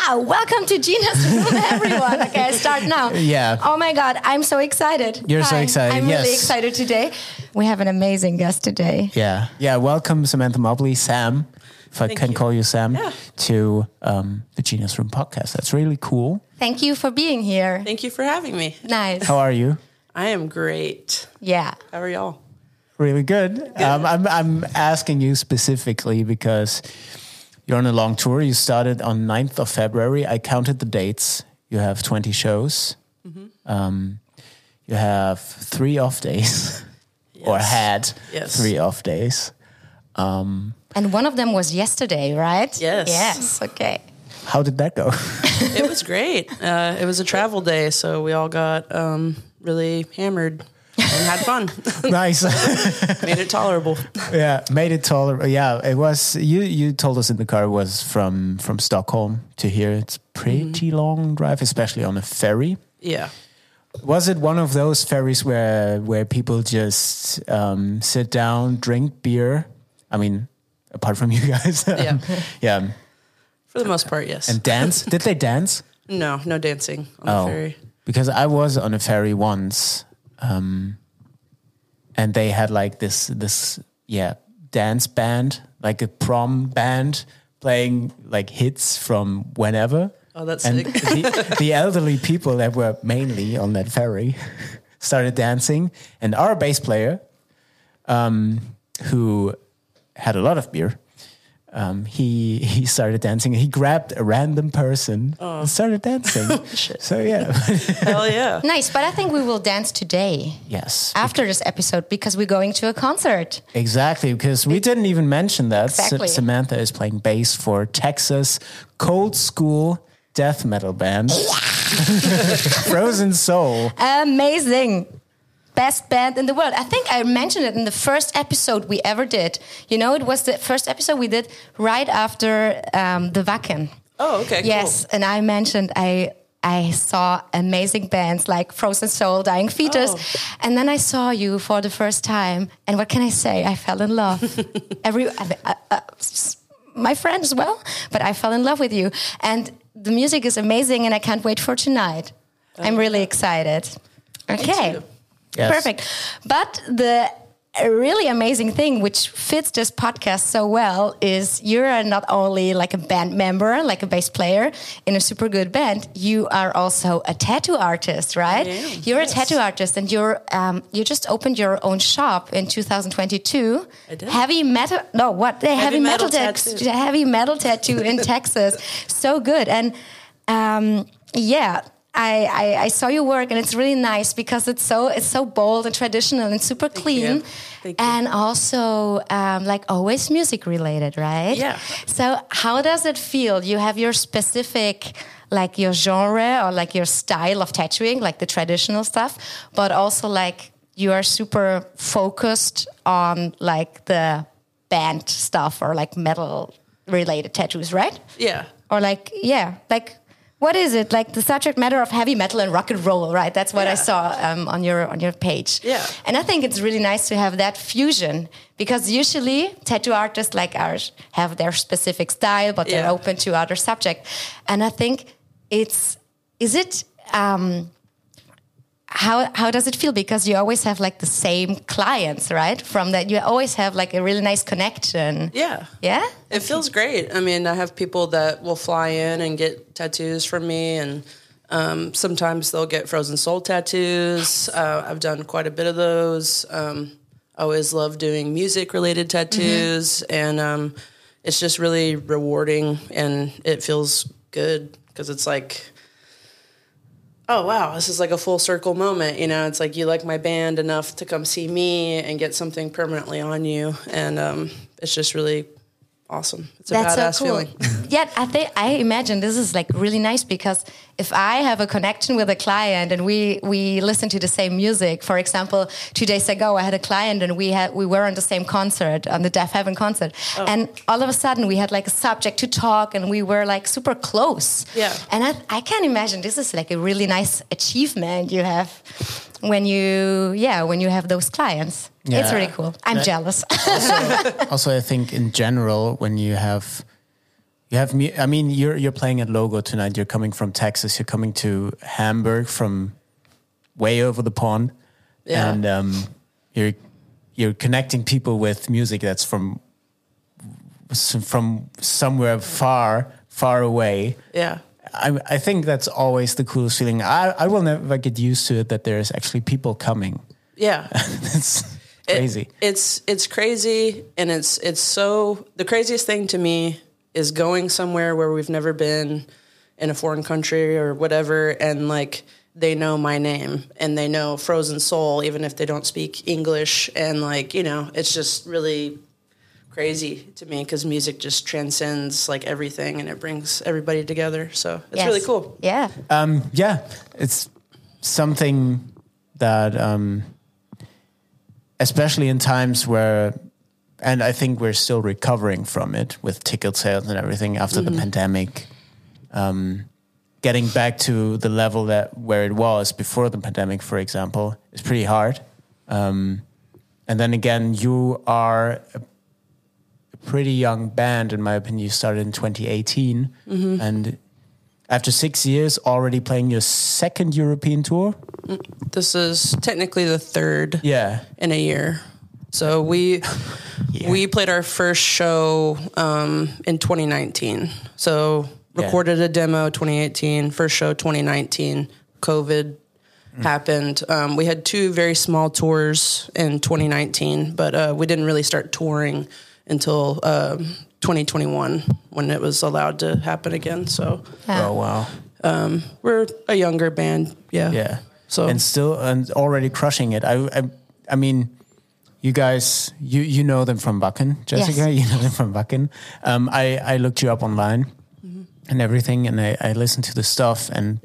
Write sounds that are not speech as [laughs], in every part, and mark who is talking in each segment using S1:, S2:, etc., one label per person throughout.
S1: wow, welcome to Gina's room, [laughs] everyone. Okay, I start now.
S2: Yeah.
S1: Oh my God, I'm so excited.
S2: You're so
S1: Hi,
S2: excited,
S1: I'm really
S2: yes.
S1: excited today. We have an amazing guest today.
S2: Yeah. Yeah. Welcome, Samantha Mobley, Sam, if I can call you Sam, to um, the Genius Room podcast. That's really cool.
S1: Thank you for being here.
S3: Thank you for having me.
S1: Nice.
S2: How are you?
S3: I am great.
S1: Yeah.
S3: How are y'all?
S2: Really good. Um, I'm, I'm asking you specifically because you're on a long tour. You started on 9th of February. I counted the dates. You have 20 shows. Um, you have three off days, [laughs] or
S3: Yes.
S2: had
S3: Yes.
S2: three off days.
S1: And one of them was yesterday, right?
S3: Yes.
S1: Yes. Okay.
S2: How did that go? [laughs]
S3: It was great. [laughs] Uh, it was a travel day, so we all got um, really hammered and had fun. [laughs]
S2: nice.
S3: Made it tolerable.
S2: yeah made it taller yeah it was you you told us in the car it was from from stockholm to here it's pretty long drive especially on a ferry
S3: Yeah.
S2: was it one of those ferries where where people just um, sit down drink beer i mean apart from you guys [laughs]
S3: Yeah.
S2: yeah
S3: For the most part, yes.
S2: and Oh. dance did they dance
S3: no, no dancing on the ferry.
S2: because I was on a ferry once, um, and they had like this this yeah dance band, like a prom band, playing like hits from whenever.
S3: Oh, that's
S2: and [laughs]
S3: sick.
S1: [laughs]
S2: the, the elderly people that were mainly on that ferry started dancing, and our bass player, um, who had a lot of beer. Um, he he started dancing. He grabbed a random person
S1: Oh.
S2: and started dancing.
S1: [laughs]
S2: so yeah,
S3: Hell yeah.
S1: Nice. But I think we will dance today
S2: Yes,
S1: after this episode because we're going to a concert.
S2: exactly. Because we didn't even mention that S-
S1: Exactly.
S2: Samantha is playing bass for Texas cold school death metal band [laughs] Frozen Soul.
S1: Amazing. Best band in the world. I think I mentioned it in the first episode we ever did. You know, it was the first episode we did right after um, the Wacken.
S3: Oh, okay. cool.
S1: Yes, and I mentioned I I saw amazing bands like Frozen Soul, Dying Fetus, and then I saw you for the first time. And what can I say? I fell in love. Every I mean, uh, uh, s- my friend as well, but I fell in love with you, and the music is amazing, and I can't wait for tonight. I'm really excited. Okay.
S3: too.
S2: Yes.
S1: Perfect. But the really amazing thing which fits this podcast so well is you're not only like a band member, like a bass player in a super good band, you are also a tattoo artist, right?
S3: am,
S1: You're
S3: yes.
S1: a tattoo artist and you're um, you just opened your own shop in 2022.
S3: I did.
S1: Heavy metal no, what? The heavy, metal,
S3: metal
S1: tattoo
S3: tattoo.
S1: heavy metal tattoo
S3: [laughs]
S1: in Texas. So good. And um, yeah, I, I, I saw your work and it's really nice because it's so it's so bold and traditional and super clean.
S3: you. Thank you.
S1: And also um, like always music related, right?
S3: Yeah.
S1: So how does it feel? You have your specific like your genre or like your style of tattooing, like the traditional stuff, but also like you are super focused on like the band stuff or like metal related tattoos, right?
S3: Yeah.
S1: or like yeah like what is it like the subject matter of heavy metal and rock and roll right that's what i
S3: Yeah.
S1: saw um, on your on your page
S3: Yeah.
S1: and i think it's really nice to have that fusion because usually tattoo artists like ours have their specific style but they're
S3: Yeah.
S1: open to other subject and i think it's is it um how, how does it feel? Because you always have like the same clients, right? From that, you always have like a really nice connection.
S3: Yeah.
S1: Yeah?
S3: It feels great. I mean, I have people that will fly in and get tattoos from me, and um, sometimes they'll get Frozen Soul tattoos. Uh, I've done quite a bit of those. Um, I always love doing music related tattoos, and um, it's just really rewarding and it feels good because it's like, oh, wow, this is like a full circle moment. You know, it's like you like my band enough to come see me and get something permanently on you. And um, it's just really awesome. It's a badass feeling.
S1: yeah, I think I imagine this is like really nice because if I have a connection with a client and we we listen to the same music, for example, two days ago I had a client and we had we were on the same concert on the Deaf Heaven concert,
S3: Oh.
S1: and all of a sudden we had like a subject to talk and we were like super close.
S3: Yeah.
S1: and I I can imagine this is like a really nice achievement you have when you yeah when you have those clients. It's
S2: Yeah.
S1: really cool. I'm
S2: That-
S1: jealous.
S2: also, I think in general, when you have You have me. I mean, you're you're playing at Logo tonight. You're coming from Texas. You're coming to Hamburg from way over the pond,
S3: Yeah.
S2: and um, you're you're connecting people with music that's from from somewhere far, far away.
S3: Yeah.
S2: I, I think that's always the coolest feeling. I, I will never get used to it that there's actually people coming. [laughs]
S3: Yeah.
S2: That's
S3: It-
S2: crazy.
S3: it's it's crazy and it's it's so the craziest thing to me is going somewhere where we've never been in a foreign country or whatever and like they know my name and they know Frozen Soul even if they don't speak English and like you know it's just really crazy to me cuz music just transcends like everything and it brings everybody together so it's
S1: [laughs] Yes.
S3: really cool
S1: Yeah.
S2: yeah, it's something that, um, especially in times where, and I think we're still recovering from it with ticket sales and everything after the pandemic, um, getting back to the level that where it was before the pandemic, for example, is pretty hard. Um, and then again, you are a pretty young band, in my opinion. You started in 2018, and after six years already playing your second European tour.
S3: this is technically the third
S2: Yeah,
S3: in a year. So we we played our first show um, in 2019. So
S2: Yeah.
S3: recorded a demo 2018, first show 2019. COVID
S2: Mm.
S3: happened. Um, we had two very small tours in 2019, but uh, we didn't really start touring until um 2021 when it was allowed to happen again. So
S1: Yeah.
S2: Oh wow.
S3: we're a younger band, yeah.
S2: Yeah.
S3: So-
S2: and still and already crushing it. I I, I mean, you guys, you you know them from Wacken, Jessica. [laughs] You know them from Wacken. Um, I I looked you up online
S3: Mm-hmm.
S2: and everything, and I I listened to the stuff and.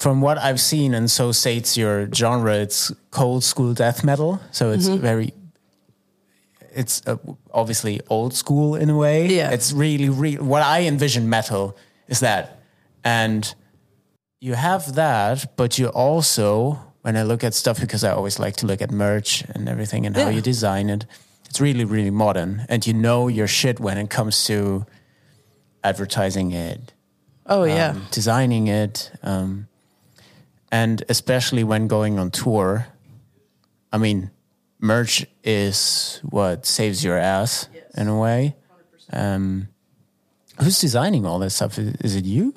S2: From what I've seen, and so states your genre, it's cold school death metal. So it's
S3: Mm-hmm.
S2: very, it's uh, obviously old school in a way.
S3: Yeah.
S2: It's really, really what I envision metal is that. And you have that, but you also, when I look at stuff, because I always like to look at merch and everything and how
S3: Yeah.
S2: you design it, it's really, really modern. And you know your shit when it comes to advertising it,
S3: Oh yeah.
S2: um, designing it, um, and especially when going on tour. I mean, merch is what saves your ass in a way. Um, who's designing all this stuff? Is, is it you?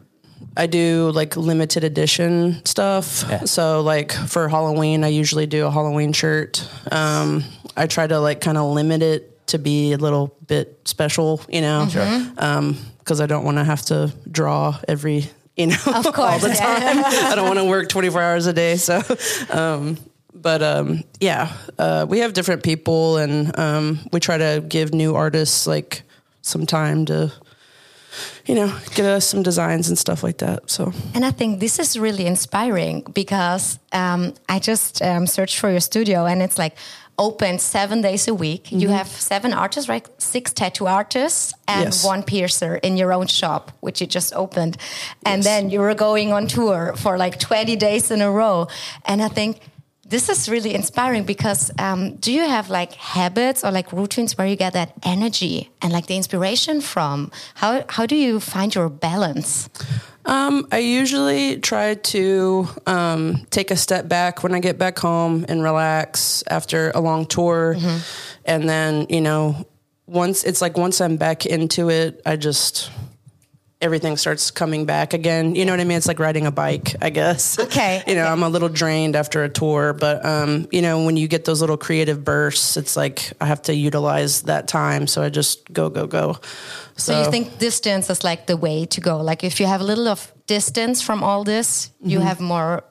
S3: I do like limited edition stuff.
S2: Yeah.
S3: So like for Halloween, I usually do a Halloween shirt. Um, I try to like kind of limit it to be a little bit special, you know, because I don't want to have to draw every, you know,
S1: Of
S3: [laughs]
S1: course. yeah.
S3: I don't want to work 24 hours a day. So, um, but um, yeah, uh, we have different people, and um, we try to give new artists like some time to, you know, get us some designs and stuff like that. So.
S1: And I think this is really inspiring because um, I just um, searched for your studio and it's like open seven days a week. You have seven artists, right? Six tattoo artists and
S3: Yes.
S1: one piercer in your own shop, which you just opened. And then you were going on tour for like 20 days in a row. And I think this is really inspiring because um, do you have like habits or like routines where you get that energy and like the inspiration from? How, how do you find your balance?
S3: Um, I usually try to um, take a step back when I get back home and relax after a long tour.
S1: Mm-hmm.
S3: And then, you know, once it's like once I'm back into it, I just everything starts coming back again. You know what I mean? It's like riding a bike, I guess. [laughs]
S1: Okay,
S3: you know, I'm a little drained after a tour, but um, you know, when you get those little creative bursts, it's like I have to utilize that time. So I just go, go, go.
S1: So you think distance is like the way to go? Like if you have a little of distance from all this, you have more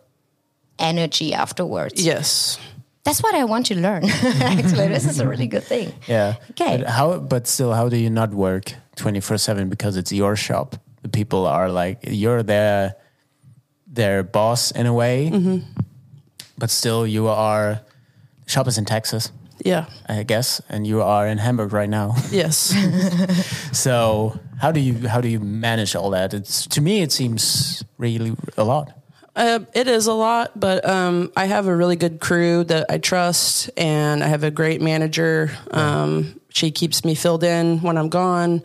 S1: energy afterwards.
S3: Yes.
S1: That's what I want to learn. [laughs] Actually, this is a really good thing.
S2: Yeah.
S1: Okay.
S2: But how? But still, how do you not work twenty four seven because it's your shop? The people are like you're their their boss in a way, but still you are. Shop is in Texas,
S3: Yeah.
S2: I guess, and you are in Hamburg right now. [laughs]
S3: Yes.
S2: so how do you how do you manage all that? It's to me it seems really a lot.
S3: Uh, it is a lot, but um, I have a really good crew that I trust, and I have a great manager. Um, She keeps me filled in when I'm gone.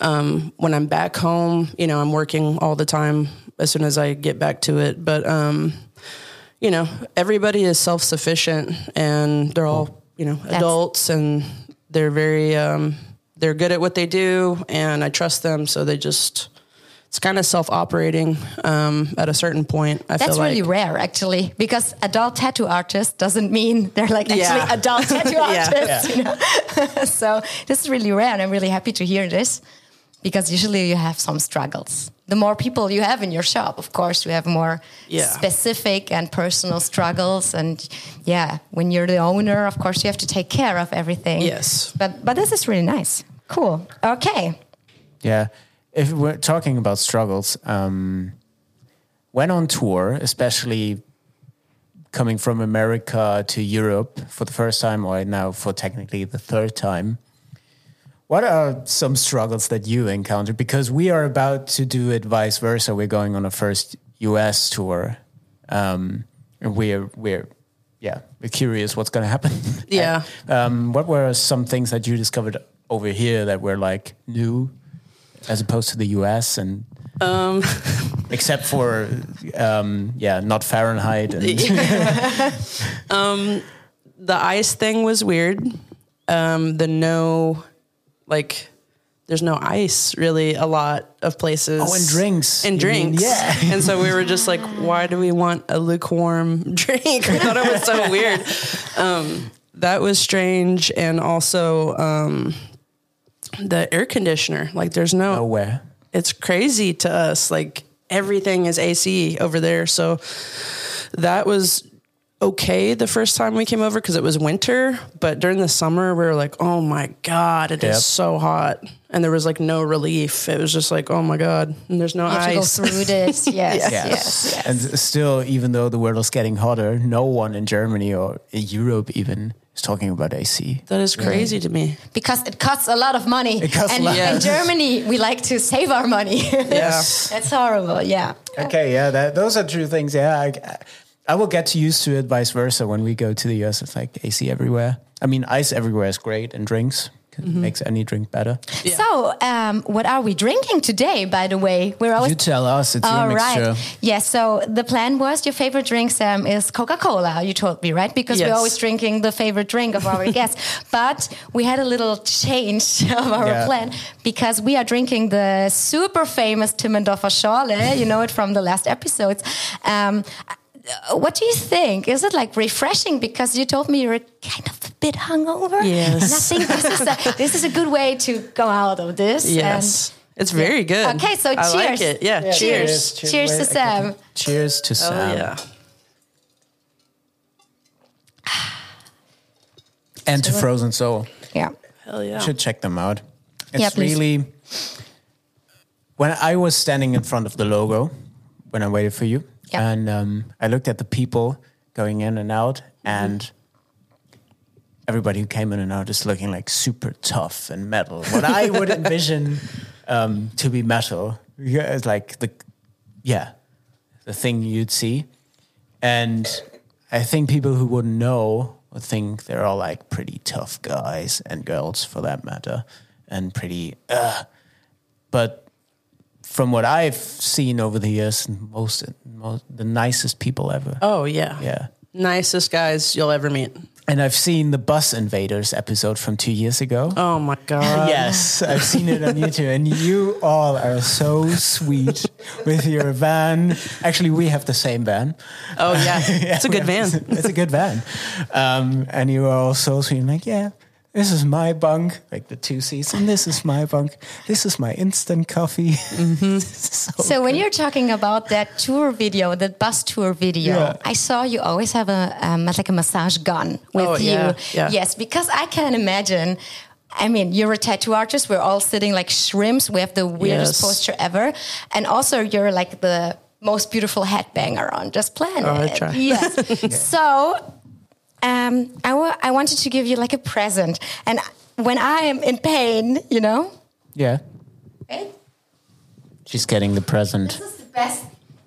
S3: Um, when I'm back home, you know, I'm working all the time as soon as I get back to it. But, um, you know, everybody is self sufficient and they're all, you know, adults and they're very, um, they're good at what they do and I trust them. So they just, it's kind of self operating um, at a certain point. I
S1: That's
S3: feel like.
S1: really rare, actually, because adult tattoo artist doesn't mean they're like actually
S3: Yeah.
S1: adult tattoo
S3: [laughs] Yeah.
S1: artists. You know? [laughs] so this is really rare, and I'm really happy to hear this because usually you have some struggles. The more people you have in your shop, of course, you have more
S3: Yeah.
S1: specific and personal struggles. And yeah, when you're the owner, of course, you have to take care of everything.
S3: Yes.
S1: But but this is really nice. Cool. Okay.
S2: Yeah. If we're talking about struggles, um, when on tour, especially coming from America to Europe for the first time, or now for technically the third time, what are some struggles that you encountered? Because we are about to do it vice versa. We're going on a first US tour. Um, and we're, we're, yeah, we're curious what's going to happen. [laughs]
S3: Yeah.
S2: Um, what were some things that you discovered over here that were like new, as opposed to the U.S. and
S1: Um.
S2: [laughs] except for um, yeah, not Fahrenheit
S1: [laughs]
S2: and
S3: the ice thing was weird. Um, the no, like, there's no ice really a lot of places.
S2: Oh, and drinks.
S3: And
S2: You mean-
S3: drinks.
S2: yeah.
S3: And so we were just like, why do we want a lukewarm [laughs] drink? We thought it was so weird. Um, that was strange. And also um, the air conditioner. Like, there's no
S2: nowhere.
S3: it's crazy to us. Like everything is AC over there. So that was okay the first time we came over because it was winter. But during the summer, we were like, oh my God, it is
S2: Yep.
S3: so hot. And there was like no relief. It was just like, oh my God, and there's no
S1: You have to go
S3: ice.
S1: through
S3: [laughs]
S1: this. Yes.
S2: Yes.
S1: yes. yes.
S2: And still, even though the world is getting hotter, no one in Germany or in Europe even is talking about AC.
S3: That is crazy to me.
S1: because it costs a lot of money.
S2: It costs a
S1: and
S2: lot.
S1: in
S3: Yes.
S1: Germany, we like to save our
S2: [laughs]
S1: money.
S3: Yes.
S1: That's horrible. Yeah.
S2: Okay, yeah, that, those are true things. Yeah, I, I will get used to it. Vice versa, when we go to the US, it's like AC everywhere. I mean, ice everywhere is great, and drinks 'cause
S1: Mm-hmm.
S2: it makes any drink better.
S1: So, um, what are we drinking today? By the way, we're always
S2: You tell us. It's
S1: All
S2: your
S1: right.
S2: mixture.
S1: Yeah. So the plan was your favorite drink, Sam, is Coca Cola. You told me, right? Because we're
S3: Yes.
S1: always drinking the favorite drink of
S2: [laughs]
S1: our guests. But we had a little change [laughs] of our
S2: Yeah.
S1: plan because we are drinking the super famous Timmendorfer Schorle. You know it from the last episodes. Um, uh, what do you think? Is it like refreshing? Because you told me you're kind of a bit hungover.
S3: Yes.
S1: And I think this is a, this is a good way to go out of this. and-
S3: [laughs] Yes. it's very good.
S1: Okay, so
S3: I like
S1: cheers.
S3: it. Yeah, cheers.
S1: Cheers. Cheers to Sam.
S2: Cheers to
S3: Oh,
S2: Sam.
S3: yeah.
S2: And to Frozen Soul.
S1: Yeah.
S3: Hell yeah.
S2: Should check them out. It's
S1: Yeah, please.
S2: really when I was standing in front of the logo when I waited for you,
S1: Yeah.
S2: and um, I looked at the people going in and out, and everybody who came in and out is looking like super tough and metal. What I would envision um, to be metal, yeah, it's like the yeah, the thing you'd see, and I think people who wouldn't know would think they're all like pretty tough guys and girls for that matter, and pretty. Uh, but from what I've seen over the years, most, most the nicest people ever.
S3: Oh, yeah.
S2: Yeah.
S3: Nicest guys you'll ever meet.
S2: And I've seen the Bus Invaders episode from two years ago.
S3: Oh my
S2: [laughs]
S3: God.
S2: Yes, I've seen it on YouTube, and you all are so sweet with your van. Actually, we have the same van.
S3: Oh, yeah. It's a
S2: We
S3: good
S2: have-
S3: man.
S2: [laughs] It's a good van. Um, and you are all so sweet. Like, yeah, this is my bunk, like the two seats, and this is my bunk. This is my instant coffee.
S3: Mm.
S2: so,
S1: So when you're talking about that tour video, that bus tour video,
S2: Yeah.
S1: I saw you always have a um, like a massage gun with
S3: Oh,
S1: you.
S3: yeah, yeah.
S1: Yes, because I can imagine. I mean, you're a tattoo artist. We're all sitting like shrimps. We have the weirdest
S3: Yes.
S1: posture ever, and also you're like the most beautiful headbanger on this planet.
S3: Oh, I try.
S1: [laughs]
S3: [laughs]
S1: Yes. So um, I wa- I wanted to give you like a present, and when I am in pain, you know.
S2: [laughs] yeah,
S1: eh?
S2: she's getting the present.
S1: This is the best.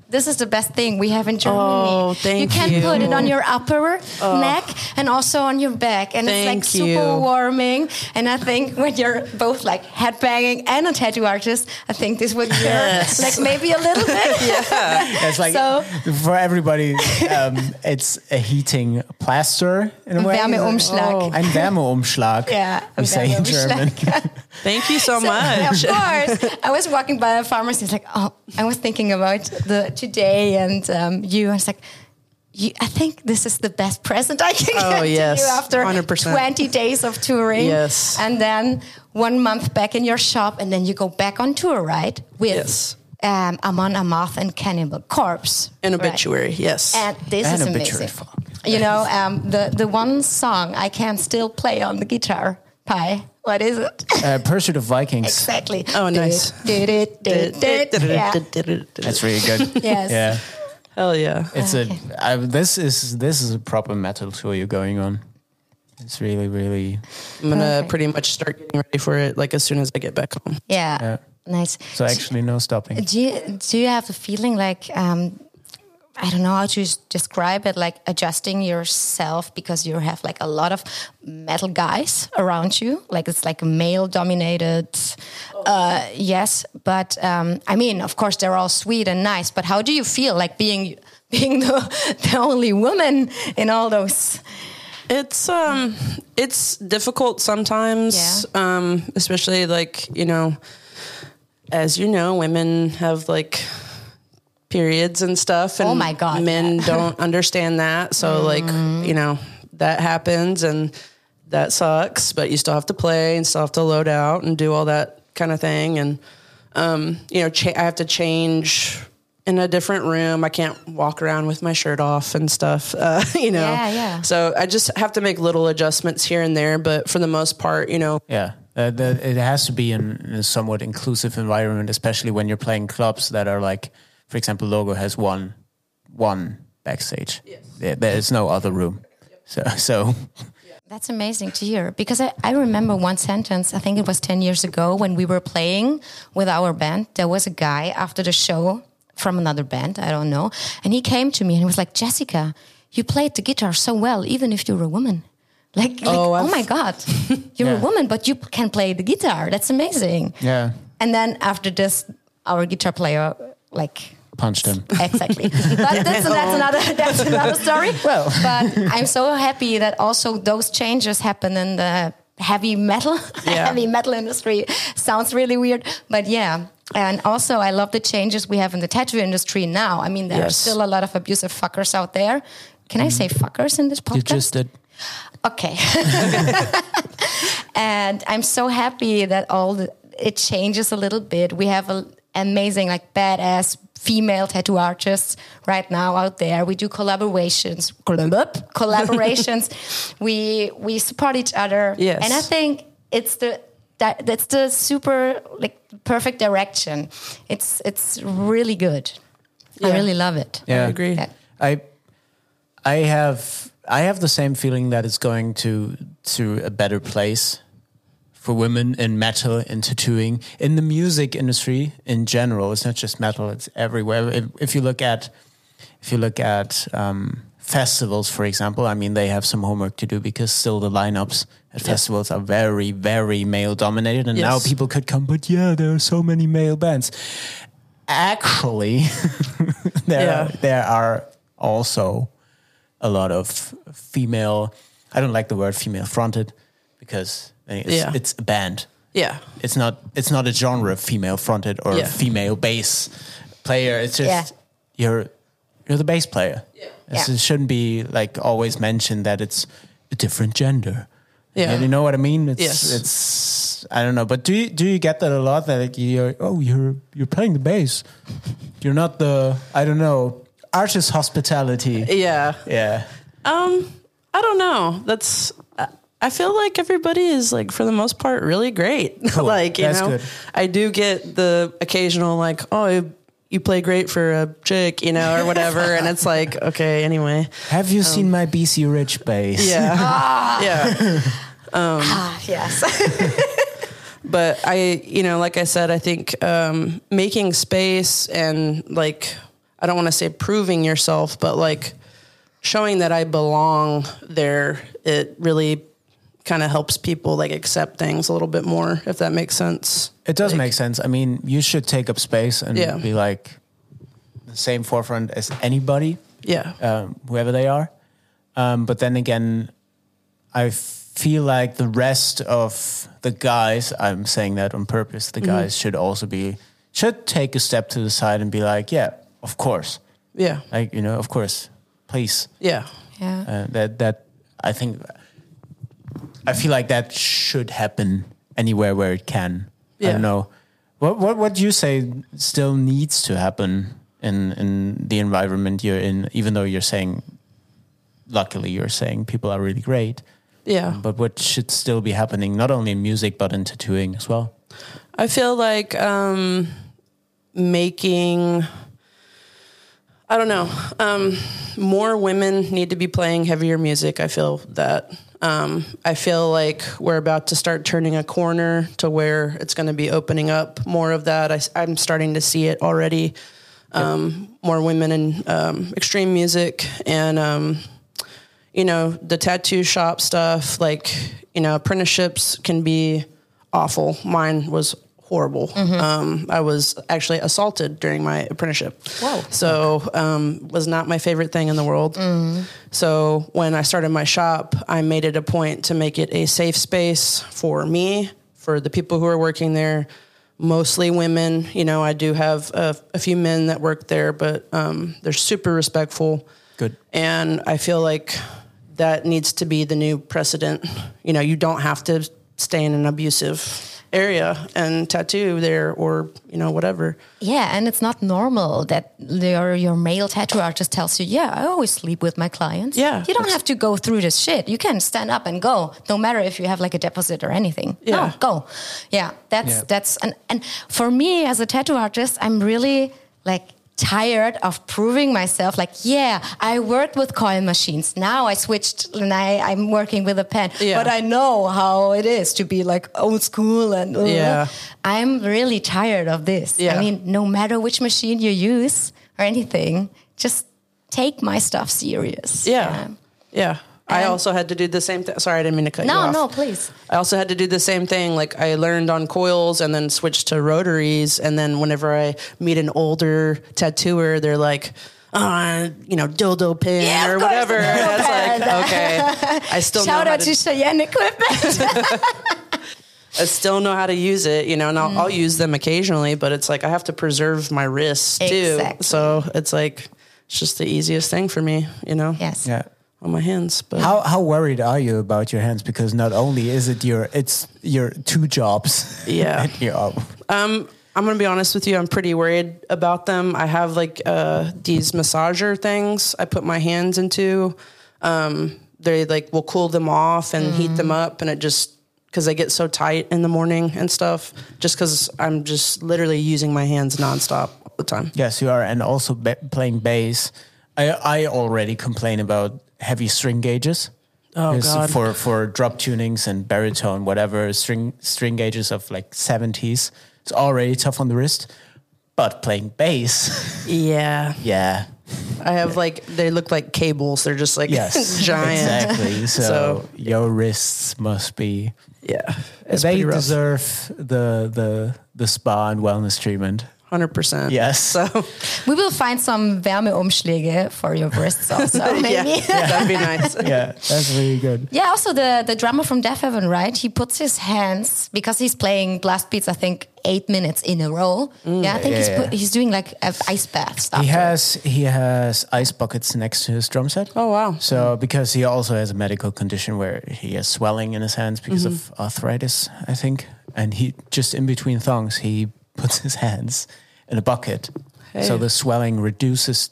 S1: This is the best thing we have in Germany.
S3: Oh, thank
S1: you can
S3: you. Oh.
S1: put it on your upper neck and also on your back, and it's
S3: Thank
S1: like
S3: you.
S1: super warming. And I think when you're both like headbanging and a tattoo artist, I think this would work
S3: Yes.
S1: like maybe a little
S3: [laughs]
S1: bit.
S2: It's like
S1: So-
S2: for everybody,
S1: [laughs]
S2: um, it's a heating plaster in a way. oh,
S1: Wärmeumschlag.
S2: Ein
S1: [laughs]
S2: Wärmeumschlag.
S1: Yeah,
S2: we say in
S1: Wärmeumschlag.
S2: German.
S3: Thank you so,
S1: So, yeah,
S3: much.
S1: Of course. I was walking by a pharmacy. It's like, oh, I was thinking about the today and um, you. I was like, you, I think this is the best present I can
S3: Oh,
S1: get to
S3: yes,
S1: you after
S3: 100%.
S1: 20 days of touring.
S3: Yes.
S1: And then one month back in your shop, and then you go back on tour, right? With
S3: Yes.
S1: um, Amon Amarth and Cannibal Corpse.
S3: An
S1: right?
S3: obituary, yes.
S1: And this
S2: An
S1: is
S2: obituary
S1: amazing.
S2: for-
S1: You know, um, the, the one song I can still play on the guitar, Pie. What is it? [laughs]
S2: Uh, Pursuit of Vikings.
S1: Exactly.
S3: Oh, nice.
S1: Did it, did it, did it. Yeah.
S2: That's really
S1: [laughs]
S2: good.
S1: Yes.
S2: Yeah,
S3: Hell yeah.
S2: it's a. I, this is this is a proper metal tour you're going on. It's really really.
S3: I'm going to
S1: Perfect.
S3: pretty much start getting ready for it like as soon as I get back home.
S1: Yeah.
S2: Yeah.
S1: Nice.
S2: So actually, no stopping.
S1: do you, do you have a feeling like um, I don't know how to s- describe it, like adjusting yourself because you have like a lot of metal guys around you, like it's like male dominated. Uh, yes, but um, I mean, of course, they're all sweet and nice. But how do you feel like being being the, [laughs] the only woman in all those?
S3: It's um it's difficult sometimes. Um especially like, you know, as you know, women have like periods and stuff and
S1: Oh my God, Mm-hmm.
S3: men
S1: [laughs]
S3: don't understand that. So like, you know, that happens and that sucks, but you still have to play and still have to load out and do all that kind of thing and um, you know, cha- I have to change in a different room. I can't walk around with my shirt off and stuff, [laughs] uh, you know.
S1: Yeah, yeah.
S3: So I just have to make little adjustments here and there, but for the most part, you know,
S2: Yeah, uh, the, it has to be in a somewhat inclusive environment, especially when you're playing clubs that are like, for example, Logo has one one backstage. There, there is no other room. So [laughs] so
S1: That's amazing to hear because I, I remember one sentence, I think it was 10 years ago when we were playing with our band. There was a guy after the show from another band, I don't know, and he came to me and he was like, Jessica, you played the guitar so well, even if you're a woman. Like, like, oh,
S3: Oh, I've-
S1: my
S2: [laughs]
S1: God, you're a
S2: Yeah.
S1: woman, but you can play the guitar. That's amazing.
S2: yeah,
S1: And then after this, our guitar player, like,
S2: punched him.
S1: [laughs] exactly. But that's, that's another [laughs] that's another story. Well, but I'm so happy that also those changes happen in the heavy metal [laughs]
S3: Yeah.
S1: heavy metal industry. Sounds really weird, but yeah. And also, I love the changes we have in the tattoo industry now. I mean, there are
S3: Yes.
S1: still a lot of abusive fuckers out there. Can I say fuckers in this podcast?
S2: You just did.
S1: okay. [laughs] and I'm so happy that all the, it changes a little bit. We have a, amazing, like badass female tattoo artists right now out there. We do collaborations, collab- collaborations. we we support each other.
S3: Yes.
S1: and I think it's the that, that's the super like perfect direction. It's it's really good. I
S3: Yeah.
S1: really love it.
S2: Yeah.
S3: agree.
S1: That-
S2: I I have I have the same feeling that it's going to to a better place for women in metal in tattooing in the music industry in general. It's not just metal; it's everywhere. If, if you look at if you look at um, festivals, for example, I mean they have some homework to do because still the lineups at festivals are very very male dominated, and now
S3: Yes.
S2: people could come. But yeah, there are so many male bands. Actually, [laughs] there
S3: Yeah.
S2: there are also a lot of female. I don't like the word female fronted because it's,
S3: Yeah.
S2: it's a band.
S3: yeah.
S2: It's not it's not a genre of female fronted or
S3: Yeah.
S2: female bass player. It's just you're you're the bass player. It's-
S1: Yeah.
S2: It shouldn't be like always mentioned that it's a different gender.
S3: Yeah.
S2: you know what I mean. It's
S3: Yes.
S2: it's I don't know, but do you do you get that a lot? That like you're oh you're you're playing the bass. You're not the I don't know artist hospitality.
S3: Yeah.
S2: Yeah.
S3: Um, I don't know. That's I- I feel like everybody is like for the most part really great. [laughs] like you
S2: That's
S3: know,
S2: good.
S3: I do get the occasional like, oh, you, you play great for a chick, you know, or whatever, and it's like, okay,
S1: [laughs]
S3: anyway,
S2: Have
S3: Um,
S2: you seen my BC Rich bass?
S3: yeah, yeah.
S1: ah, yes.
S3: but I, you know, like I said, I think um, making space and like I don't want to say proving yourself, but like showing that I belong there, it really kind of helps people like accept things a little bit more, if that makes sense.
S2: It does make sense. I mean, you should take up space and
S3: Yeah.
S2: be like the same forefront as anybody,
S3: Yeah.
S2: um, whoever they are. Um, but then again, I feel like the rest of the guys, I'm saying that on purpose, the guys should also be, should take a step to the side and be like, yeah, of course.
S3: yeah.
S2: Like, you know, of course, please.
S3: Yeah.
S1: [laughs] Yeah.
S2: Uh, that, that, I think, I feel like that should happen anywhere where it can. I
S3: Yeah.
S2: don't know. What, what, what do you say still needs to happen in, in the environment you're in, even though you're saying, luckily, you're saying people are really great?
S3: Yeah.
S2: but what should still be happening not only in music but in tattooing as well
S3: I feel like um, making. I don't know. Um, more women need to be playing heavier music. I feel that. Um, I feel like we're about to start turning a corner to where it's going to be opening up more of that. I, am starting to see it already. Um, more women in um, extreme music and um, you know, the tattoo shop stuff, like, you know, apprenticeships can be awful. Mine was horrible. Um, I was actually assaulted during my apprenticeship.
S1: Whoa.
S3: So, um, was not my favorite thing in the world. So, when I started my shop, I made it a point to make it a safe space for me, for the people who are working there, mostly women. You know, I do have a, a few men that work there, but um, they're super respectful.
S2: good
S3: And I feel like that needs to be the new precedent. You know, you don't have to stay in an abusive area and tattoo there or, you know, whatever.
S1: Yeah, and it's not normal that your your male tattoo artist tells you, "Yeah, I always sleep with my clients."
S3: Yeah.
S1: you don't have to go through this shit. You can stand up and go, no matter if you have like a deposit or anything.
S3: Yeah.
S1: no, go. Yeah, that's
S2: Yeah.
S1: that's and and for me as a tattoo artist, I'm really like tired of proving myself like yeah i worked with coil machines now i switched and i i'm working with a pen
S3: Yeah.
S1: but i know how it is to be like old school and uh,
S3: Yeah.
S1: i'm really tired of this
S3: Yeah.
S1: I mean, no matter which machine you use or anything, just take my stuff serious.
S3: Yeah. Yeah. I
S1: And-
S3: also had to do the same thing. Sorry, I didn't mean to cut you
S1: No,
S3: off.
S1: no, please.
S3: I also had to do the same thing. Like I learned on coils and then switched to rotaries. And then whenever I meet an older tattooer, they're like, uh, you know, dildo pin
S1: Yeah, of
S3: or
S1: course,
S3: whatever.
S1: dildo
S3: And it's
S1: pin.
S3: like, okay,
S1: [laughs]
S3: I still
S1: Shout
S3: know how
S1: out
S3: to,
S1: to Cheyenne
S3: [laughs]
S1: Equipment.
S3: I still know how to use it, you know, and I'll, I'll use them occasionally, but it's like I have to preserve my wrists too.
S1: Exactly.
S3: So it's like, it's just the easiest thing for me, you know,
S1: yes.
S2: yeah
S3: on my hands. But
S2: how how worried are you about your hands because not only is it your it's your two [laughs] jobs
S3: Yeah.
S2: that you are-
S3: I'm gonna be honest with you. I'm pretty worried about them. I have like uh, these massager things I put my hands into. Um, they like will cool them off and heat them up, and it just because they get so tight in the morning and stuff. Just because I'm just literally using my hands nonstop all the time.
S2: yes you are and also ba playing bass i i already complain about heavy string gauges oh
S3: God.
S2: for for drop tunings and baritone whatever string string gauges of like 70s it's already tough on the wrist but playing bass [laughs]
S3: Yeah,
S2: yeah
S3: I have like they look like cables. They're just like
S2: Yes,
S3: [laughs]
S2: [laughs]
S3: giant.
S2: Exactly. So,
S3: So-
S2: your wrists must be.
S3: Yeah, it's
S2: they
S3: pretty rough.
S2: deserve the the the spa and wellness treatment.
S3: Hundred percent.
S2: Yes. [laughs]
S3: So
S1: We will find some Wärmeumschläge for your wrists also,
S3: [laughs] yeah,
S1: maybe.
S3: that'd be nice.
S2: Yeah,
S3: [laughs]
S2: that's really good.
S1: Yeah, also the, the drummer from Death Heaven, right? He puts his hands because he's playing blast beats, I think, eight minutes in a row.
S3: Mm.
S1: yeah, I think he's,
S2: yeah,
S1: put,
S2: yeah.
S1: he's doing like uh, ice baths.
S2: He
S1: after.
S2: has he has ice buckets next to his drum set.
S3: Oh, wow.
S2: So because he also has a medical condition where he has swelling in his hands because
S3: Mm-hmm.
S2: of arthritis, I think, and he just in between thongs he puts his hands in a bucket, so
S3: Hey.
S2: the swelling reduces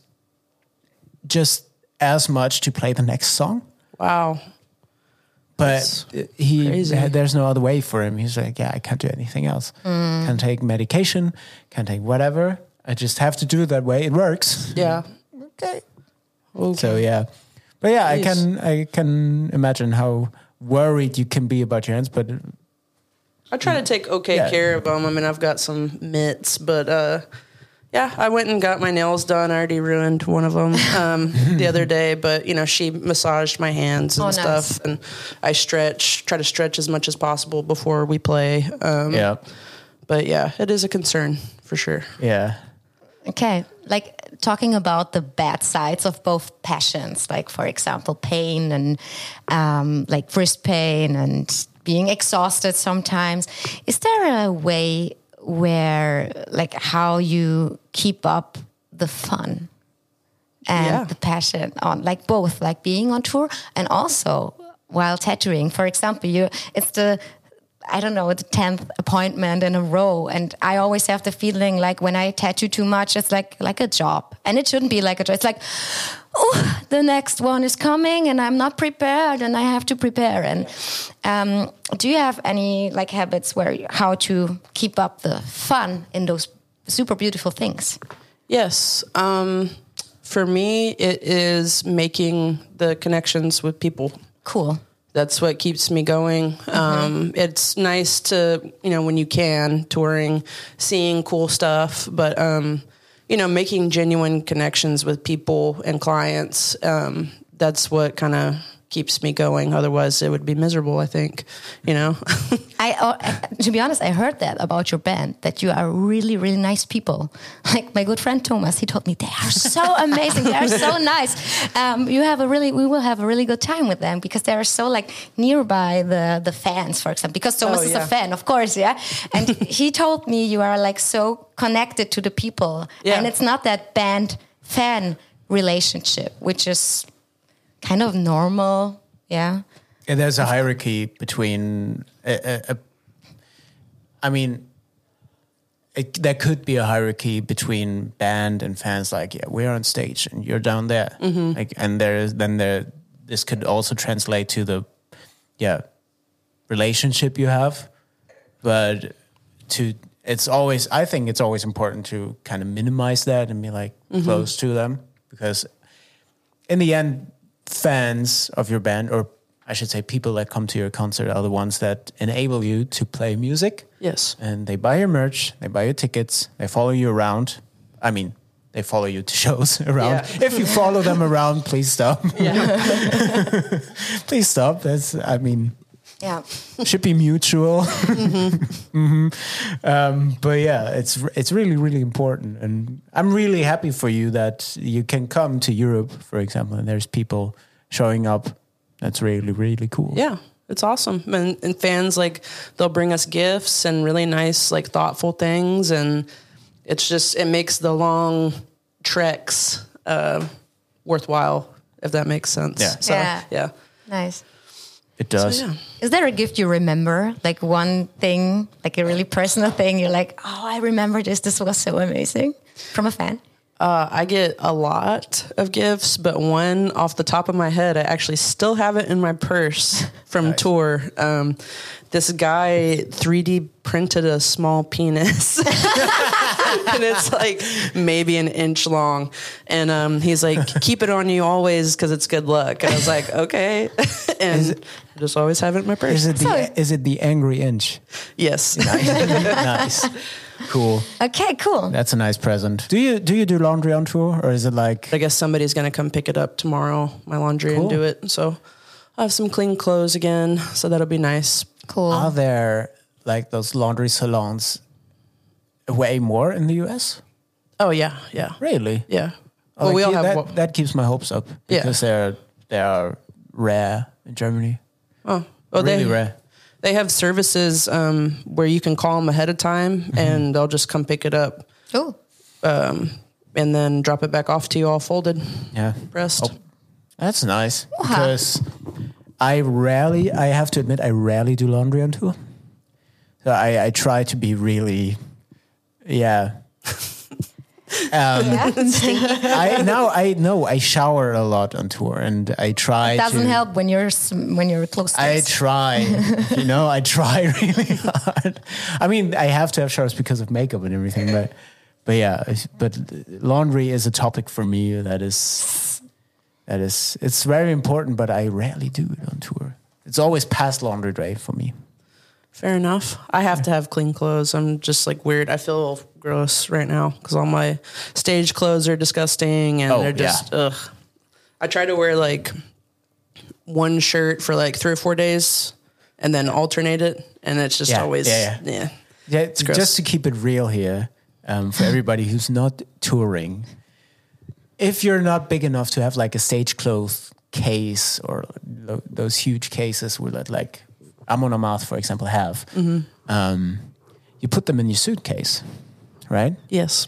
S2: just as much to play the next song.
S3: Wow.
S2: but he
S3: crazy.
S2: there's no other way for him. He's like, yeah, I can't do anything else.
S3: Mm.
S2: Can't take medication. Can't take whatever. I just have to do it that way. It works.
S3: Yeah.
S2: Okay.
S3: Okay.
S2: So yeah, but yeah, I
S3: Jeez.
S2: can I can imagine how worried you can be about your hands. But
S3: I try to take okay
S2: Yeah.
S3: care of them. I mean, I've got some mitts, but uh, Yeah, I went and got my nails done. I already ruined one of [laughs] them um, the other day, but you know, she massaged my hands and
S1: Oh, nice.
S3: stuff, and I stretch, try to stretch as much as possible before we play. Um,
S2: Yeah.
S3: But yeah, it is a concern for sure.
S2: Yeah.
S1: Okay, like talking about the bad sides of both passions, like for example, pain and um, like wrist pain and being exhausted sometimes. Is there a way where, like, how you keep up the fun and
S3: Yeah.
S1: the passion on, like, both, like being on tour and also while tattooing? For example, you it's the I don't know, the 10th appointment in a row. And I always have the feeling like when I tattoo too much, it's like, like a job and it shouldn't be like a job. It's like, oh, the next one is coming and I'm not prepared and I have to prepare. And, um, do you have any like habits where you- how to keep up the fun in those super beautiful things?
S3: Yes. Um, for me, it is making the connections with people.
S1: Cool.
S3: That's what keeps me going. Um, it's nice to, you know, when you can, touring, seeing cool stuff, but, um, you know, making genuine connections with people and clients. Um, that's what kind of keeps me going. Otherwise, it would be miserable, I think, you know?
S1: I, uh, to be honest, I heard that about your band that you are really, really nice people. [laughs] Like my good friend Thomas, he told me they are so amazing, they are so nice. Um, you have a really, we will have a really good time with them because they are so like nearby the the fans, for example. Because Thomas
S3: Oh,
S1: is a
S3: yeah.
S1: fan, of course, yeah. And he told me you are like so connected to the people,
S3: Yeah.
S1: and it's not that band fan relationship, which is kind of normal, yeah.
S2: Yeah, there's a hierarchy between. A, a, a, I mean, it, there could be a hierarchy between band and fans. Like, yeah, we're on stage and you're down there. Like, and there is then there. This could also translate to the, yeah, relationship you have, but to it's always. I think it's always important to kind of minimize that and be like close to them because in the end, fans of your band, or I should say, people that come to your concert, are the ones that enable you to play music.
S3: Yes.
S2: And they buy your merch, they buy your tickets, they follow you around. I mean, they follow you to [laughs] shows around.
S3: Yeah.
S2: If you follow them around, please
S3: [laughs]
S2: stop. [laughs] please stop. That's, I mean,
S1: Yeah,
S2: should be mutual. [laughs]
S3: Mm-hmm.
S2: Mhm. Um, but yeah, it's it's really really important, and I'm really happy for you that you can come to Europe, for example, and there's people showing up. That's really really cool.
S3: Yeah, it's awesome. And, and fans like they'll bring us gifts and really nice, like thoughtful things, and it's just it makes the long treks uh, worthwhile. If that makes sense.
S2: Yeah.
S3: So,
S1: Yeah.
S3: yeah.
S1: nice.
S2: It does.
S3: Yeah.
S1: Is there a gift you remember? Like one thing, like a really personal thing, you're like, oh, I remember this. This was so amazing from a fan.
S3: Uh, I get a lot of gifts, but one off the top of my head, I actually still have it in my
S2: [laughs]
S3: purse from tour. Um, this guy 3D printed a small penis. [laughs] and it's like maybe an inch long. And um, he's
S2: [laughs]
S3: like, keep it on you always because it's good luck. And I was like, okay. [laughs] and I just always have it in my
S2: Is
S3: purse.
S2: it the
S1: So-
S2: is it the angry
S3: [laughs]
S2: inch?
S3: yes.
S2: nice, cool.
S1: Okay, cool.
S2: That's a nice present. Do you do you do laundry on tour, or is it like
S3: I guess somebody's going to come pick it up tomorrow, my laundry,
S2: Cool.
S3: and do it. So I'll have some clean clothes again. So that'll be nice.
S1: Cool.
S2: are there like those laundry salons way more in the U.S.?
S3: Oh, yeah. Yeah.
S2: Really?
S3: Yeah.
S2: Oh,
S3: well, we
S2: like, yeah,
S3: all have
S2: that,
S3: one.
S2: that keeps my hopes up
S3: Yeah.
S2: because they're they are rare in Germany. Oh. really
S3: well, Oh, they,
S2: rare.
S3: they have services um, where you can call them ahead of time
S2: Mm-hmm.
S3: and they'll just come pick it up
S1: cool.
S3: and then drop it back off to you all folded,
S2: Yeah,
S3: pressed.
S2: Oh, that's nice because I rarely. I have to admit, I rarely do laundry on tour. So I, I try to be really, yeah.
S1: Yeah, stinky. [laughs]
S2: I now I know I shower a lot on tour, and [laughs] I try.
S1: doesn't
S2: to,
S1: help when you're s- when you're close. To
S2: I
S1: this.
S2: try, you know, I try [laughs] really hard. I mean, I have to have showers because of makeup and everything, but but yeah, it's- but laundry is a topic for me that is that is it's very important, but I rarely do it on tour. It's always past laundry day for me.
S3: Fair enough. I have to have clean clothes. I'm just like weird. I feel gross right now because all my stage clothes are disgusting and
S2: Oh,
S3: they're just
S2: yeah.
S3: ugh. I try to wear like one shirt for like three or four days and then alternate it, and it's just
S2: Yeah,
S3: always
S2: yeah,
S3: yeah.
S2: yeah. Yeah,
S3: gross.
S2: just to keep it real here um, for everybody who's not touring, if you're not big enough to have like a stage clothes case or tho- those huge cases where that like Amon Amarth, for example, have, um, you put them in your suitcase, right?
S3: Yes.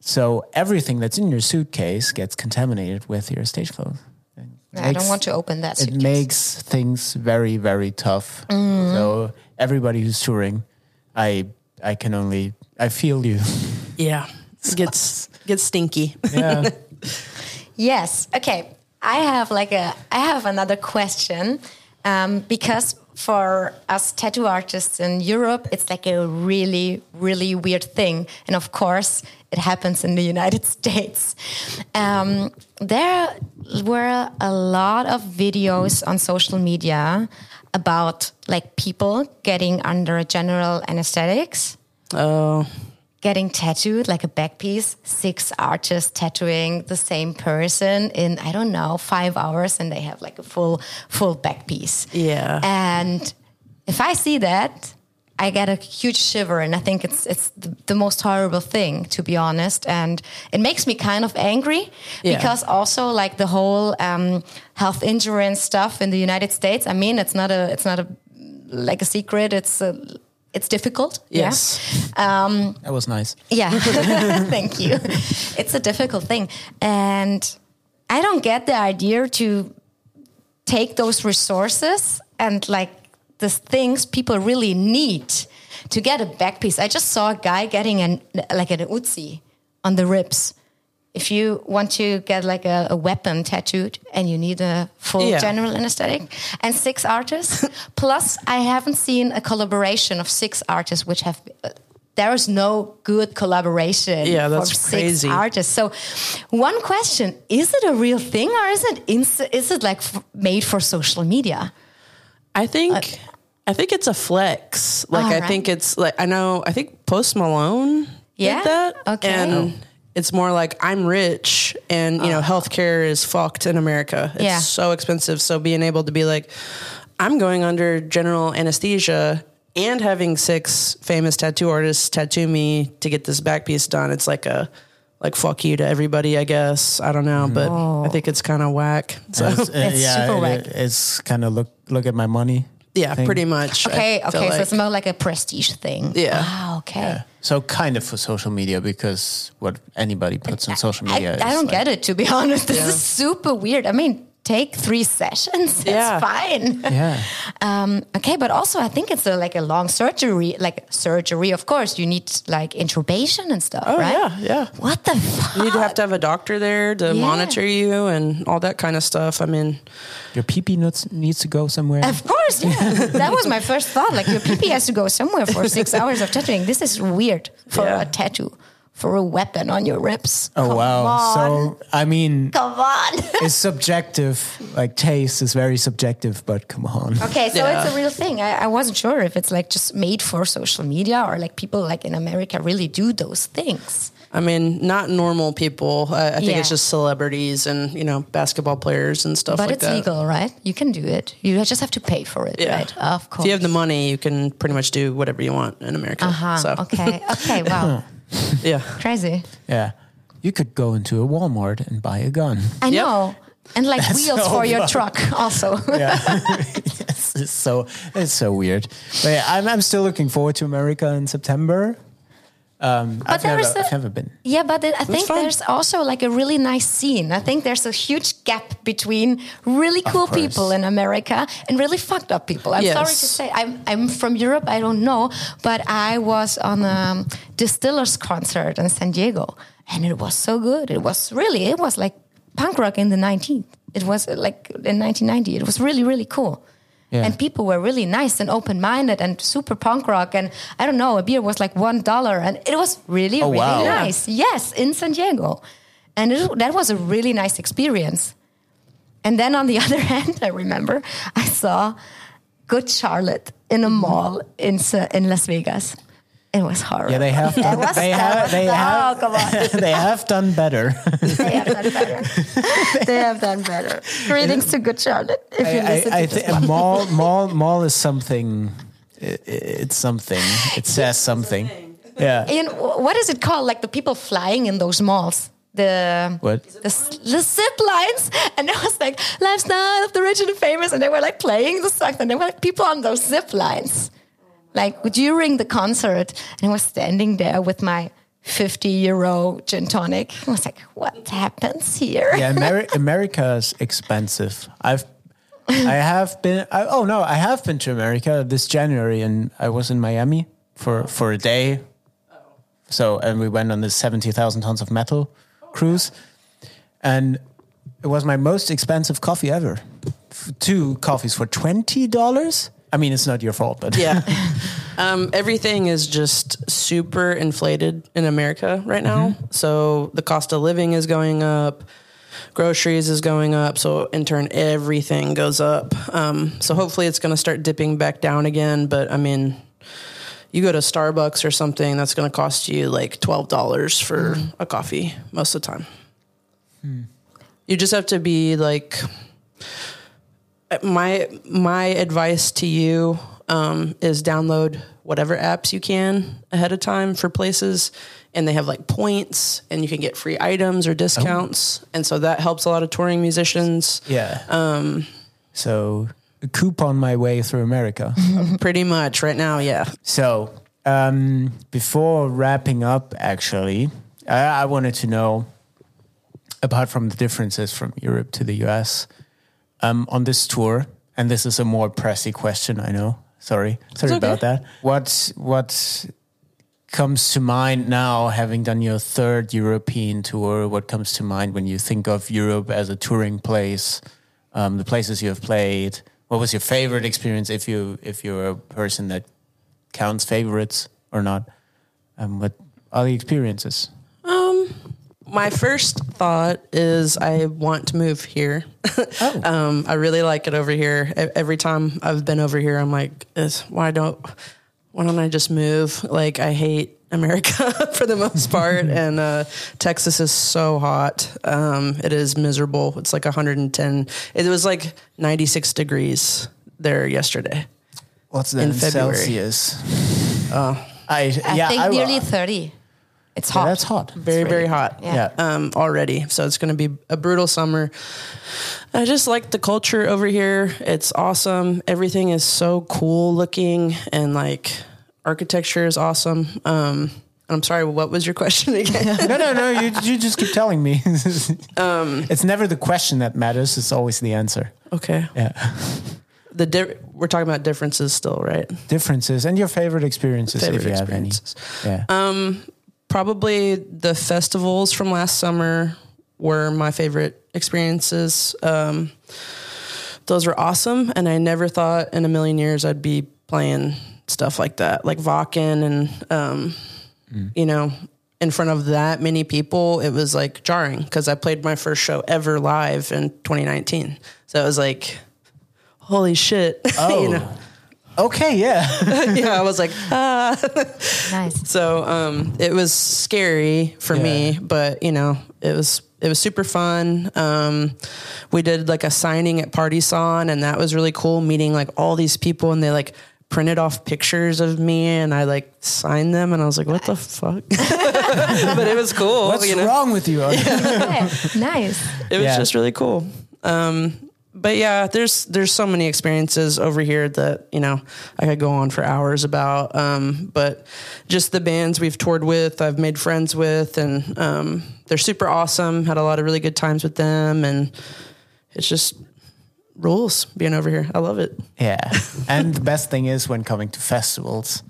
S2: So everything that's in your suitcase gets contaminated with your stage clothes. It
S1: I
S2: makes-
S1: don't want to open that.
S2: It
S1: suitcase.
S2: makes things very, very tough.
S1: Mm-hmm.
S2: So everybody who's touring, I I can only I feel you.
S3: Yeah. It gets gets
S1: [laughs]
S3: stinky.
S2: Yeah.
S1: Yes. Okay. I have like a I have another question um, because for us tattoo artists in Europe, it's like a really really weird thing, and of course, it happens in the United [laughs] States. Um, there were a lot of videos on social media about like people getting under general anesthetics
S3: Oh.
S1: getting tattooed like a back piece, six artists tattooing the same person in I don't know five hours, and they have like a full full back piece.
S3: Yeah.
S1: And if I see that, I get a huge shiver, and I think it's it's the, the most horrible thing to be honest, and it makes me kind of angry
S3: Yeah.
S1: because also like the whole um, health insurance stuff in the United States. I mean, it's not a it's not a like a secret. It's a, it's difficult. Yeah.
S3: Yes.
S2: that was
S1: [laughs]
S2: nice.
S1: Yeah. Thank you. It's a difficult thing. And I don't get the idea to take those resources and like the things people really need to get a back piece. I just saw a guy getting an like an Uzi on the ribs. If you want to get like a, a weapon tattooed and you need a full
S3: Yeah.
S1: general anesthetic and six artists, [laughs] plus I haven't seen a collaboration of six artists, which have there is no good collaboration
S3: Yeah, that's
S1: for six
S3: crazy.
S1: artists. So, one question: Is it a real thing, or is it inst- is it like f- made for social media?
S3: I think I think it's a flex. Like I
S1: Alright.
S3: think it's like I know I think Post Malone
S1: Yeah?
S3: did that.
S1: Okay. Oh.
S3: And it's more like I'm rich and you know healthcare is fucked in America. It's
S1: Yeah.
S3: so expensive. So being able to be like I'm going under general anesthesia and having six famous tattoo artists tattoo me to get this back piece done. It's like a like fuck you to everybody, I guess. I don't know, but
S1: Oh.
S3: I think it's kind of whack. So
S2: It's, uh,
S1: It's super
S2: it-
S1: wack.
S2: it's kind of look look at my money.
S3: yeah,
S2: thing.
S3: pretty much. I
S1: Okay,
S3: feel
S1: okay, so
S3: like-
S1: it's more like a prestige thing.
S3: Yeah.
S1: Wow. Ah, Okay.
S2: So kind of for social media because what anybody puts on social
S1: I,
S2: media.
S1: I
S2: is
S1: don't
S2: like-
S1: get it to be [laughs] honest. This is super weird. I mean, take three sessions. That's
S3: Yeah.
S1: fine.
S3: [laughs]
S2: Yeah,
S1: Um, okay, but also I think it's a, like a long surgery. Like surgery, of course, you need like intubation and stuff,
S3: Oh,
S1: right?
S3: yeah, yeah.
S1: What the fuck?
S3: You'd have to have a doctor there to monitor you and all that kind of stuff. I mean,
S2: your pee pee nuts needs to go somewhere.
S1: Of course,
S3: [laughs]
S1: yeah. that was my first thought. Like your PP has to go somewhere for six hours of tattooing. This is weird for
S3: Yeah.
S1: a tattoo, for a weapon on your ribs.
S2: oh wow! So I mean,
S1: come on.
S2: it's subjective. Like taste is very subjective, but
S1: [laughs]
S2: come
S1: [laughs]
S2: on.
S1: okay, so
S3: Yeah.
S1: it's a real thing. I, I wasn't sure if it's like just made for social media or like people like in America really do those things.
S3: I mean, not normal people. I, I think
S1: Yeah.
S3: it's just celebrities and you know basketball players and stuff.
S1: But
S3: like
S1: it's
S3: that.
S1: legal, right? You can do it. You just have to pay for it,
S3: Yeah.
S1: right? Of course.
S3: If you have the money, you can pretty much do whatever you want in America.
S1: Huh,
S3: So
S1: Uh-huh. Okay. Okay.
S3: [laughs]
S1: Wow.
S3: yeah,
S1: Crazy.
S2: Yeah. You could go into a Walmart and buy a gun. [laughs]
S1: I
S3: Yep.
S1: know. And like wheels
S2: so
S1: for your
S2: fun.
S1: truck,
S3: [laughs]
S1: also.
S2: It's, it's so it's so weird. But yeah, I'm I'm still looking forward to America in September. Um, I've
S1: there
S2: never,
S1: is a-
S2: I've never been.
S1: Yeah, but it, I think
S3: fun.
S1: there's also like a really nice scene. I think there's a huge gap between really cool
S2: course.
S1: people in America and really fucked up people. I'm sorry to
S3: Yes.
S1: say, I'm I'm from Europe. I don't know, but I was on a Distillers concert in San Diego, and it was so good. It was really, it was like punk rock in the 19th. It was uh, like in 1990. It was really really cool.
S2: Yeah.
S1: And people were really nice and open minded and super punk rock. And I don't know, a beer was like $1. And it was really, really
S2: Oh, wow. Yeah.
S1: nice. Yes, in San Diego. And it, that was a really [laughs] nice experience. And then on the other hand, I remember I saw Good Charlotte in
S2: Mm-hmm.
S1: a mall in Sa- in Las Vegas. It was horrible.
S2: Yeah, they
S1: [laughs]
S2: have. Done,
S1: was
S2: they have. They
S1: terrible. [laughs]
S2: have.
S1: Oh, come on.
S2: [laughs] they have done better.
S1: they have done
S2: [laughs]
S1: better. they have done better. Greetings to Good Charlotte. [laughs] If you
S2: I,
S1: listen
S2: I, I
S1: to this
S2: think mall, mall, mall is something. i- i it's something.
S1: [laughs]
S2: It says something. Yeah.
S1: And wh- what is it called? Like the people flying in those malls. The
S2: What?
S1: the, s- the zip lines, [laughs] and it was like lifestyle of the rich and the famous, and they were like playing the song, and there were like people on those zip lines, like during the concert, and I was standing there with my fifty euro gin tonic. I was like, what happens here?
S2: Yeah. Ameri- America's expensive. I've. I have been. I, oh no, I have been to America this January, and I was in Miami for for a day. So and we went on this seventy thousand tons of metal cruise, and it was my most expensive coffee ever. F- Two coffees for twenty dollars. I mean, it's not your fault, but
S3: Yeah. um, everything is just super inflated in America right now. So the cost of living is going up, groceries is going up. So in turn, everything goes up. Um, so hopefully it's going to start dipping back down again. But I mean, you go to Starbucks or something, that's going to cost you like $12 for a coffee most of the time. You just have to be like, my my advice to you um, is download whatever apps you can ahead of time for places and they have like points and you can get free items or discounts and so that helps a lot of touring musicians
S2: [laughs] Yeah. Um, so coupon my way through America.
S3: pretty much right now yeah
S2: so um, before wrapping up, actually, I, I wanted to know, apart from the differences from Europe to the US, um, on this tour, and this is a more pressy question, I know. Sorry, sorry
S3: okay.
S2: about that. What what comes to mind now, having done your third European tour? What comes to mind when you think of Europe as a touring place? Um, the places you have played. What was your favorite experience? If you if you're a person that counts favorites or not, um, what are the experiences?
S3: my first thought is I want to move here. um, I really like it over here. E- Every time I've been over here, I'm like, "Is- why don't why don't I just move? Like I hate America [laughs] for the most part, and uh, Texas is so hot. Um, it is miserable. It's like 110. It was like 96 degrees there yesterday.
S2: What's that in
S3: February.
S2: Celsius? I,
S1: I
S2: yeah,
S1: think
S2: I,
S1: nearly thirty. It's
S2: yeah,
S1: hot.
S2: that's hot.
S3: Very very hot.
S2: Yeah.
S3: um, already. So it's going to be a brutal summer. I just like the culture over here. It's awesome. Everything is so cool looking and like architecture is awesome. Um, I'm sorry, what was your [laughs] question again?
S2: [laughs] no, no, no. You, you just keep telling me. [laughs] it's never the question that matters. It's always the answer.
S3: okay.
S2: Yeah.
S3: The di- we're talking about differences still, right?
S2: Differences and your favorite experiences,
S3: Favorite
S2: if you
S3: experiences.
S2: have any. Yeah.
S3: Probably the festivals from last summer were my favorite experiences. Um, those were awesome, and I never thought in a million years I'd be playing stuff like that, like Vakken, and um, you know, in front of that many people, it was like jarring because I played my first show ever live in 2019, so it was like, holy shit, [laughs]
S2: Oh.
S3: you know,
S2: okay. Yeah.
S3: yeah, I was like,
S2: [laughs]
S1: nice.
S3: so um, it was scary for me, but you know, it was it was super fun. Um, we did like a signing at Party Son, and that was really cool. Meeting like all these people, and they like printed off pictures of me, and I like signed them, and I was like, "What the fuck?" [laughs] but it was cool.
S2: What's
S3: you know?
S2: wrong with you?
S1: Okay, nice.
S3: it was
S2: Yeah.
S3: just really cool. Um, but yeah, there's there's so many experiences over here that you know I could go on for hours about. Um, but just the bands we've toured with, I've made friends with, and um, they're super awesome. Had a lot of really good times with them, and it's just rules being over here. I love it.
S2: Yeah. [laughs] And the best thing is when coming to festivals,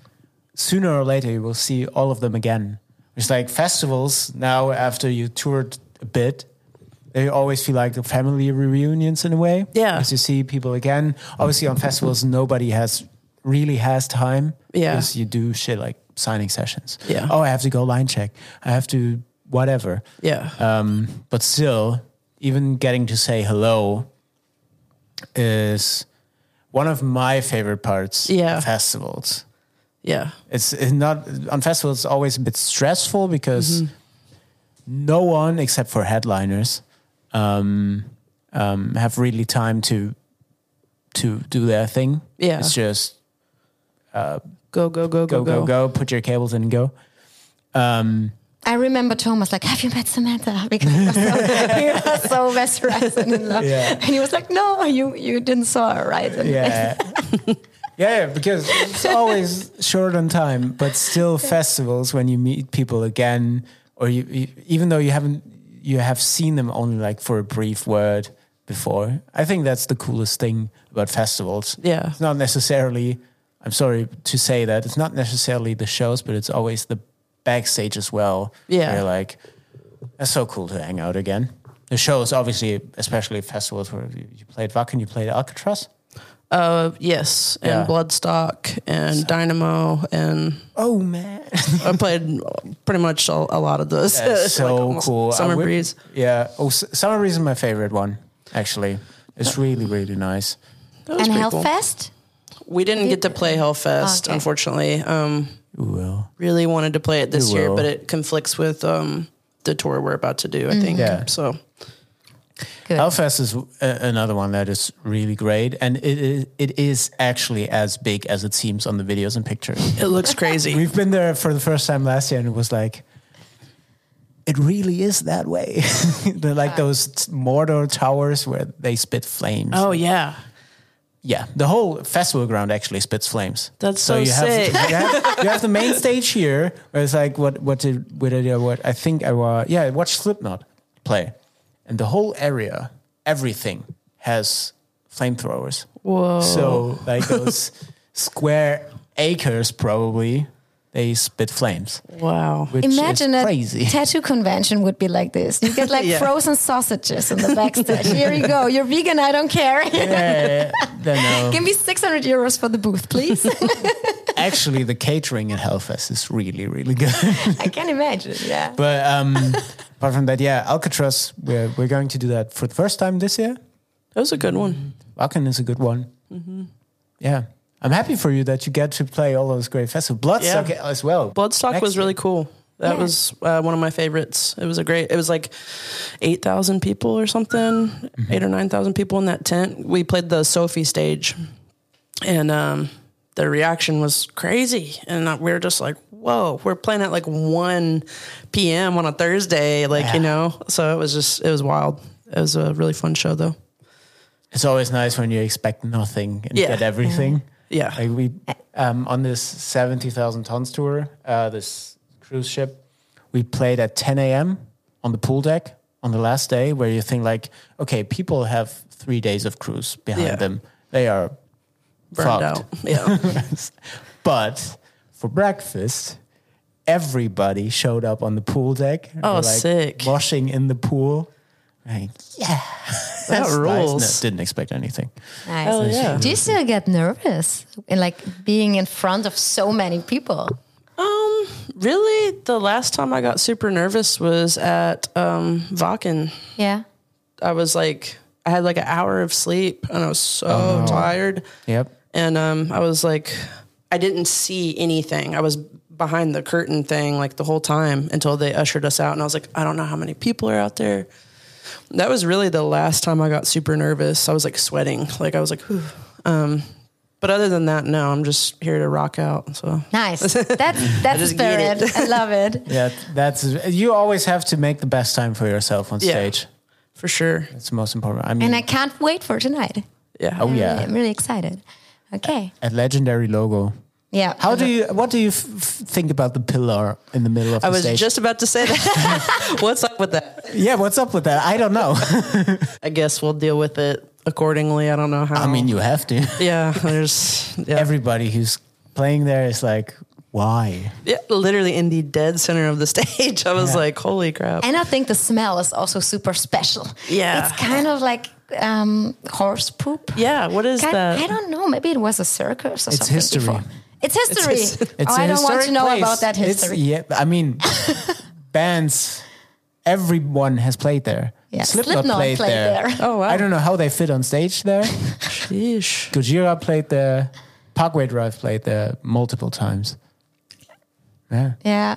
S2: sooner or later you will see all of them again. It's like festivals now after you toured a bit, they always feel like the family reunions in a way.
S3: Yeah.
S2: Because you see people again. Obviously on festivals nobody has really has time.
S3: Yeah.
S2: Because you do shit like signing sessions.
S3: Yeah.
S2: Oh, I have to go line check. I have to whatever.
S3: Yeah,
S2: Um, but still, even getting to say hello is one of my favorite parts
S3: Yeah.
S2: of festivals.
S3: Yeah.
S2: It's, it's not on festivals. It's always a bit stressful because no one except for headliners um, um, have really time to to do their thing.
S3: Yeah.
S2: it's just
S3: Go, go, go,
S2: go
S3: go,
S2: go go. Put your cables in and go.
S1: I remember Thomas like, "Have you met Samantha?" [laughs] Because he was so, he was so mesmerized and in love,
S2: Yeah.
S1: and he was like, "No, you you didn't saw her, right?" And
S2: Yeah.
S3: [laughs]
S2: yeah, because it's always short on time, but still festivals when you meet people again, or you, you even though you haven't you have seen them only like for a brief word before. I think that's the coolest thing about festivals.
S3: Yeah.
S2: It's not necessarily I'm sorry to say that, it's not necessarily the shows, but it's always the backstage as well.
S3: Yeah.
S2: Where you're like, that's so cool to hang out again. The shows, obviously, especially festivals where you you played Wacken, you played Alcatraz.
S3: Uh, yes.
S2: Yeah.
S3: And Bloodstock and Dynamo. And
S2: Oh man,
S3: I played pretty much a, a lot of
S2: [laughs]
S3: those. [laughs]
S2: that's so
S3: almost
S2: cool. I
S3: Summer
S2: would-
S3: Breeze.
S2: Yeah. Oh, S- Summer Breeze is my favorite one. Actually, it's really really nice.
S3: That was
S1: and
S3: pretty cool.
S1: Hellfest.
S3: We didn't get to play Hellfest,
S1: Oh, Okay.
S3: unfortunately. Um,
S2: Well,
S3: really wanted to play it this
S2: You
S3: year,
S2: will.
S3: but it conflicts with um, the tour we're about to do, I think.
S2: Mm. Yeah.
S3: So,
S1: Good.
S2: Hellfest is uh, another one that is really great, and it is, it is actually as big as it seems on the videos and pictures.
S3: [laughs] it looks crazy.
S2: We've been there for the first time last year, and it was like. It really is that way. [laughs] They're like those t- Mordor towers where they spit flames.
S3: oh, yeah.
S2: Yeah, the whole festival ground actually spits flames.
S3: That's so
S2: you have,
S3: sick.
S2: you, have, you have the
S3: [laughs]
S2: main stage here, where it's like, what, what did, what did I, what? I think I was, yeah, I watched Slipknot play, and the whole area, everything has flamethrowers.
S3: Whoa.
S2: So like
S3: [laughs]
S2: those square acres, probably they spit flames,
S3: Wow.
S2: which
S1: Imagine
S2: is
S1: a
S2: crazy. [laughs]
S3: [laughs]
S1: tattoo convention would be like this. You get like
S3: Yeah.
S1: frozen sausages in the backstage. Here you go. You're vegan. I don't care.
S2: [laughs] Yeah, then, uh,
S1: [laughs] Give me 600 euros for the booth, please. [laughs]
S2: actually, the catering at Hellfest is really, really good.
S1: I can imagine. Yeah.
S2: But um,
S3: [laughs]
S2: apart from that, yeah, Alcatraz, we're, we're going to do that for the first time this year.
S3: That was a good one.
S2: Wacken is a good one.
S3: Mm-hmm.
S2: Yeah. I'm happy for you that you get to play all those great festivals. Bloodstock as well.
S3: Bloodstock
S2: Next
S3: was really cool. That
S1: Yeah.
S3: was uh, one of my favorites. It was a great. It was like eight thousand people or something,
S2: Mm-hmm.
S3: eight or nine thousand people in that tent. We played the Sophie stage, and um, the reaction was crazy. And uh, we were just like, "Whoa!" We're playing at like one p.m. on a Thursday, like
S2: Yeah.
S3: you know. So it was just it was wild. It was a really fun show though.
S2: It's always nice when you expect nothing and
S3: Yeah. Mm-hmm.
S2: get everything.
S3: Yeah.
S2: Like we um, on this seventy thousand tons tour, uh, this cruise ship, we played at ten a.m. on the pool deck on the last day, where you think like, okay, people have three days of cruise behind
S3: Yeah.
S2: them; they are
S3: Burned
S2: fucked.
S3: out.
S2: [laughs]
S3: Yeah.
S2: But for breakfast, everybody showed up on the pool deck.
S3: Oh,
S2: We're,
S3: sick.
S2: Washing in the pool. Like, yeah. That's
S3: rules.
S2: Nice. No, didn't expect anything.
S1: Nice.
S3: Hell yeah.
S1: Do you still get nervous in like being in front of so many people?
S3: Um, really, the last time I got super nervous was at um Vakken.
S1: Yeah.
S3: I was like, I had like an hour of sleep, and I was so tired.
S2: Yep.
S3: And um, I was like, I didn't see anything. I was behind the curtain thing like the whole time until they ushered us out, and I was like, I don't know how many people are out there. That was really the last time I got super nervous. I was like sweating, like I was like, Whew. um. But other than that, no, I'm just here to rock out. So
S2: [laughs]
S1: Nice. That's that's the
S3: just get it.
S1: spirit. I love it.
S2: Yeah, that's you always have to make the best time for yourself on
S3: Yeah.
S2: stage.
S3: for sure,
S2: That's the most important. I mean,
S1: And I can't wait for tonight.
S3: yeah.
S2: oh yeah,
S1: I'm really excited. Okay.
S2: a legendary logo.
S1: Yeah.
S2: How do you? What do you f- f- think about the pillar in the middle of
S3: I
S2: the
S3: was
S2: stage?
S3: just about to say that. [laughs] What's up with that?
S2: yeah, what's up with that? I don't know.
S3: I guess we'll deal with it accordingly. I don't know how.
S2: [laughs] I mean, you have to.
S3: yeah, there's yeah,
S2: [laughs] Everybody who's playing there is like, why?
S1: Oh,
S3: yeah, literally in the dead center of the [laughs] stage. I was
S2: Yeah.
S3: like, holy crap.
S1: And I think the smell is also super special.
S3: Yeah.
S1: It's kind of like um, horse poop.
S3: yeah, what is
S1: Kind-
S3: that?
S1: I don't know. Maybe it was a circus or something.
S2: history.
S1: Before. It's history.
S3: his-
S1: oh,
S2: I
S1: I don't want to know about that history. [laughs]
S2: yeah, I mean, bands. Everyone has played there.
S1: Yeah.
S2: Slipknot, played, there.
S1: Oh.
S2: I don't know how they fit on stage there.
S3: Sheesh.
S2: Gojira played there. Parkway Drive played there multiple times. Yeah.
S1: Yeah.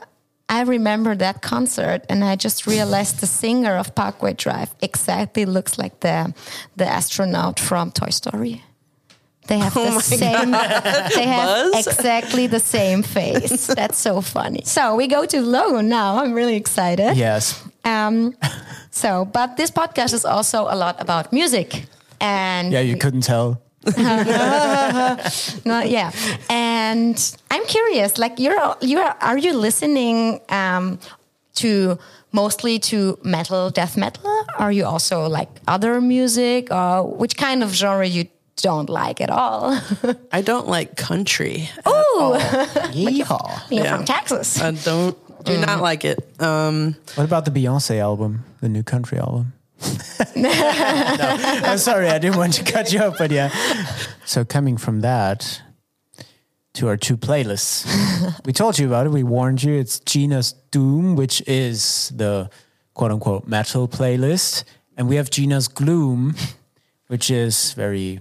S1: I remember that concert and I just realized the singer of Parkway Drive exactly looks like the the astronaut from Toy Story. They have the same they have
S3: Buzz?
S1: exactly the same face. That's so funny. [laughs] So we go to Logan now. I'm really excited.
S2: Yes.
S1: Um, so, but this podcast is also a lot about music. And
S2: Yeah, you couldn't tell.
S1: no, yeah. And I'm curious, like you're you're are you listening um, to mostly to metal, death metal? Are you also like other music or which kind of genre you don't like at
S2: [laughs]
S1: all?
S3: I don't like country.
S2: Yeehaw.
S1: You're
S3: Yeah.
S1: from Texas.
S3: I don't do not like it. Um,
S2: What about the Beyonce album, the new country
S1: [laughs]
S2: album? no, I'm sorry, I didn't want to cut you off, but yeah. So coming from that to our two playlists, we told you about it. We warned you. It's Gina's Doom, which is the quote unquote metal playlist, and we have Gina's Gloom, which is very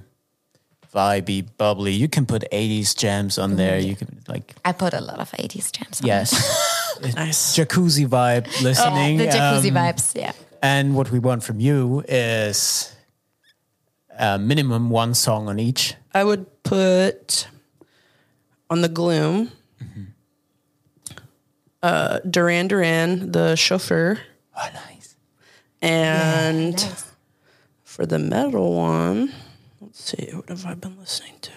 S2: vibey, bubbly. You can put 80s jams on there. You can like
S1: I put a lot of 80s jams on. [laughs]
S2: yes,
S3: nice.
S2: jacuzzi vibe listening.
S1: Oh, The jacuzzi
S2: um,
S1: vibes, yeah.
S2: and what we want from you is a minimum one song on each.
S3: I would put on the gloom. Mm-hmm. Uh, Duran Duran, the chauffeur,
S2: Oh, nice.
S3: and
S1: Nice.
S3: for the metal one, let's see, what have I been listening to?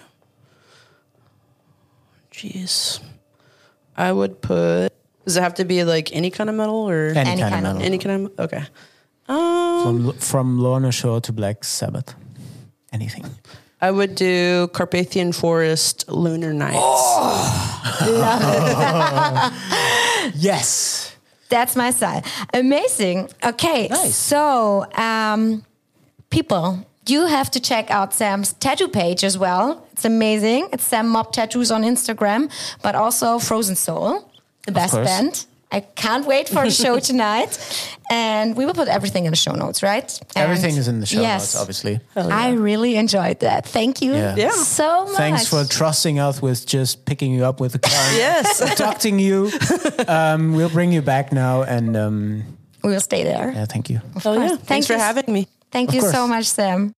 S3: Jeez, I would put. Does it have to be like any kind of metal or
S2: Any,
S1: Any
S2: kind,
S1: kind
S2: of
S1: of
S2: metal.
S3: any kind of? Okay. Um,
S2: From, from Lorna Shore to Black Sabbath. Anything.
S3: I would do Carpathian Forest, Lunar Nights.
S2: Yes.
S1: That's my style. Amazing. Okay.
S2: Nice.
S1: So, um, people, you have to check out Sam's tattoo page as well. It's amazing. It's Sam Mob Tattoos on Instagram, but also Frozen Soul, the best
S2: course.
S1: band. I can't wait for the show
S2: [laughs]
S1: tonight. And we will put everything in the show notes, right? And-
S2: Everything is in the show
S1: yes.
S2: notes, obviously.
S1: I really enjoyed that. Thank you
S2: Yeah. Yeah.
S1: so much.
S2: Thanks for trusting us with just picking you up with the car.
S3: Yes. Oh,
S2: Abducting you. Um, we'll bring you back now. And um,
S1: we will stay there.
S2: yeah, thank you.
S3: Oh, yeah.
S1: Thank
S3: Thanks for
S1: you.
S3: having me.
S1: Thank you
S2: course.
S1: so much, Sam.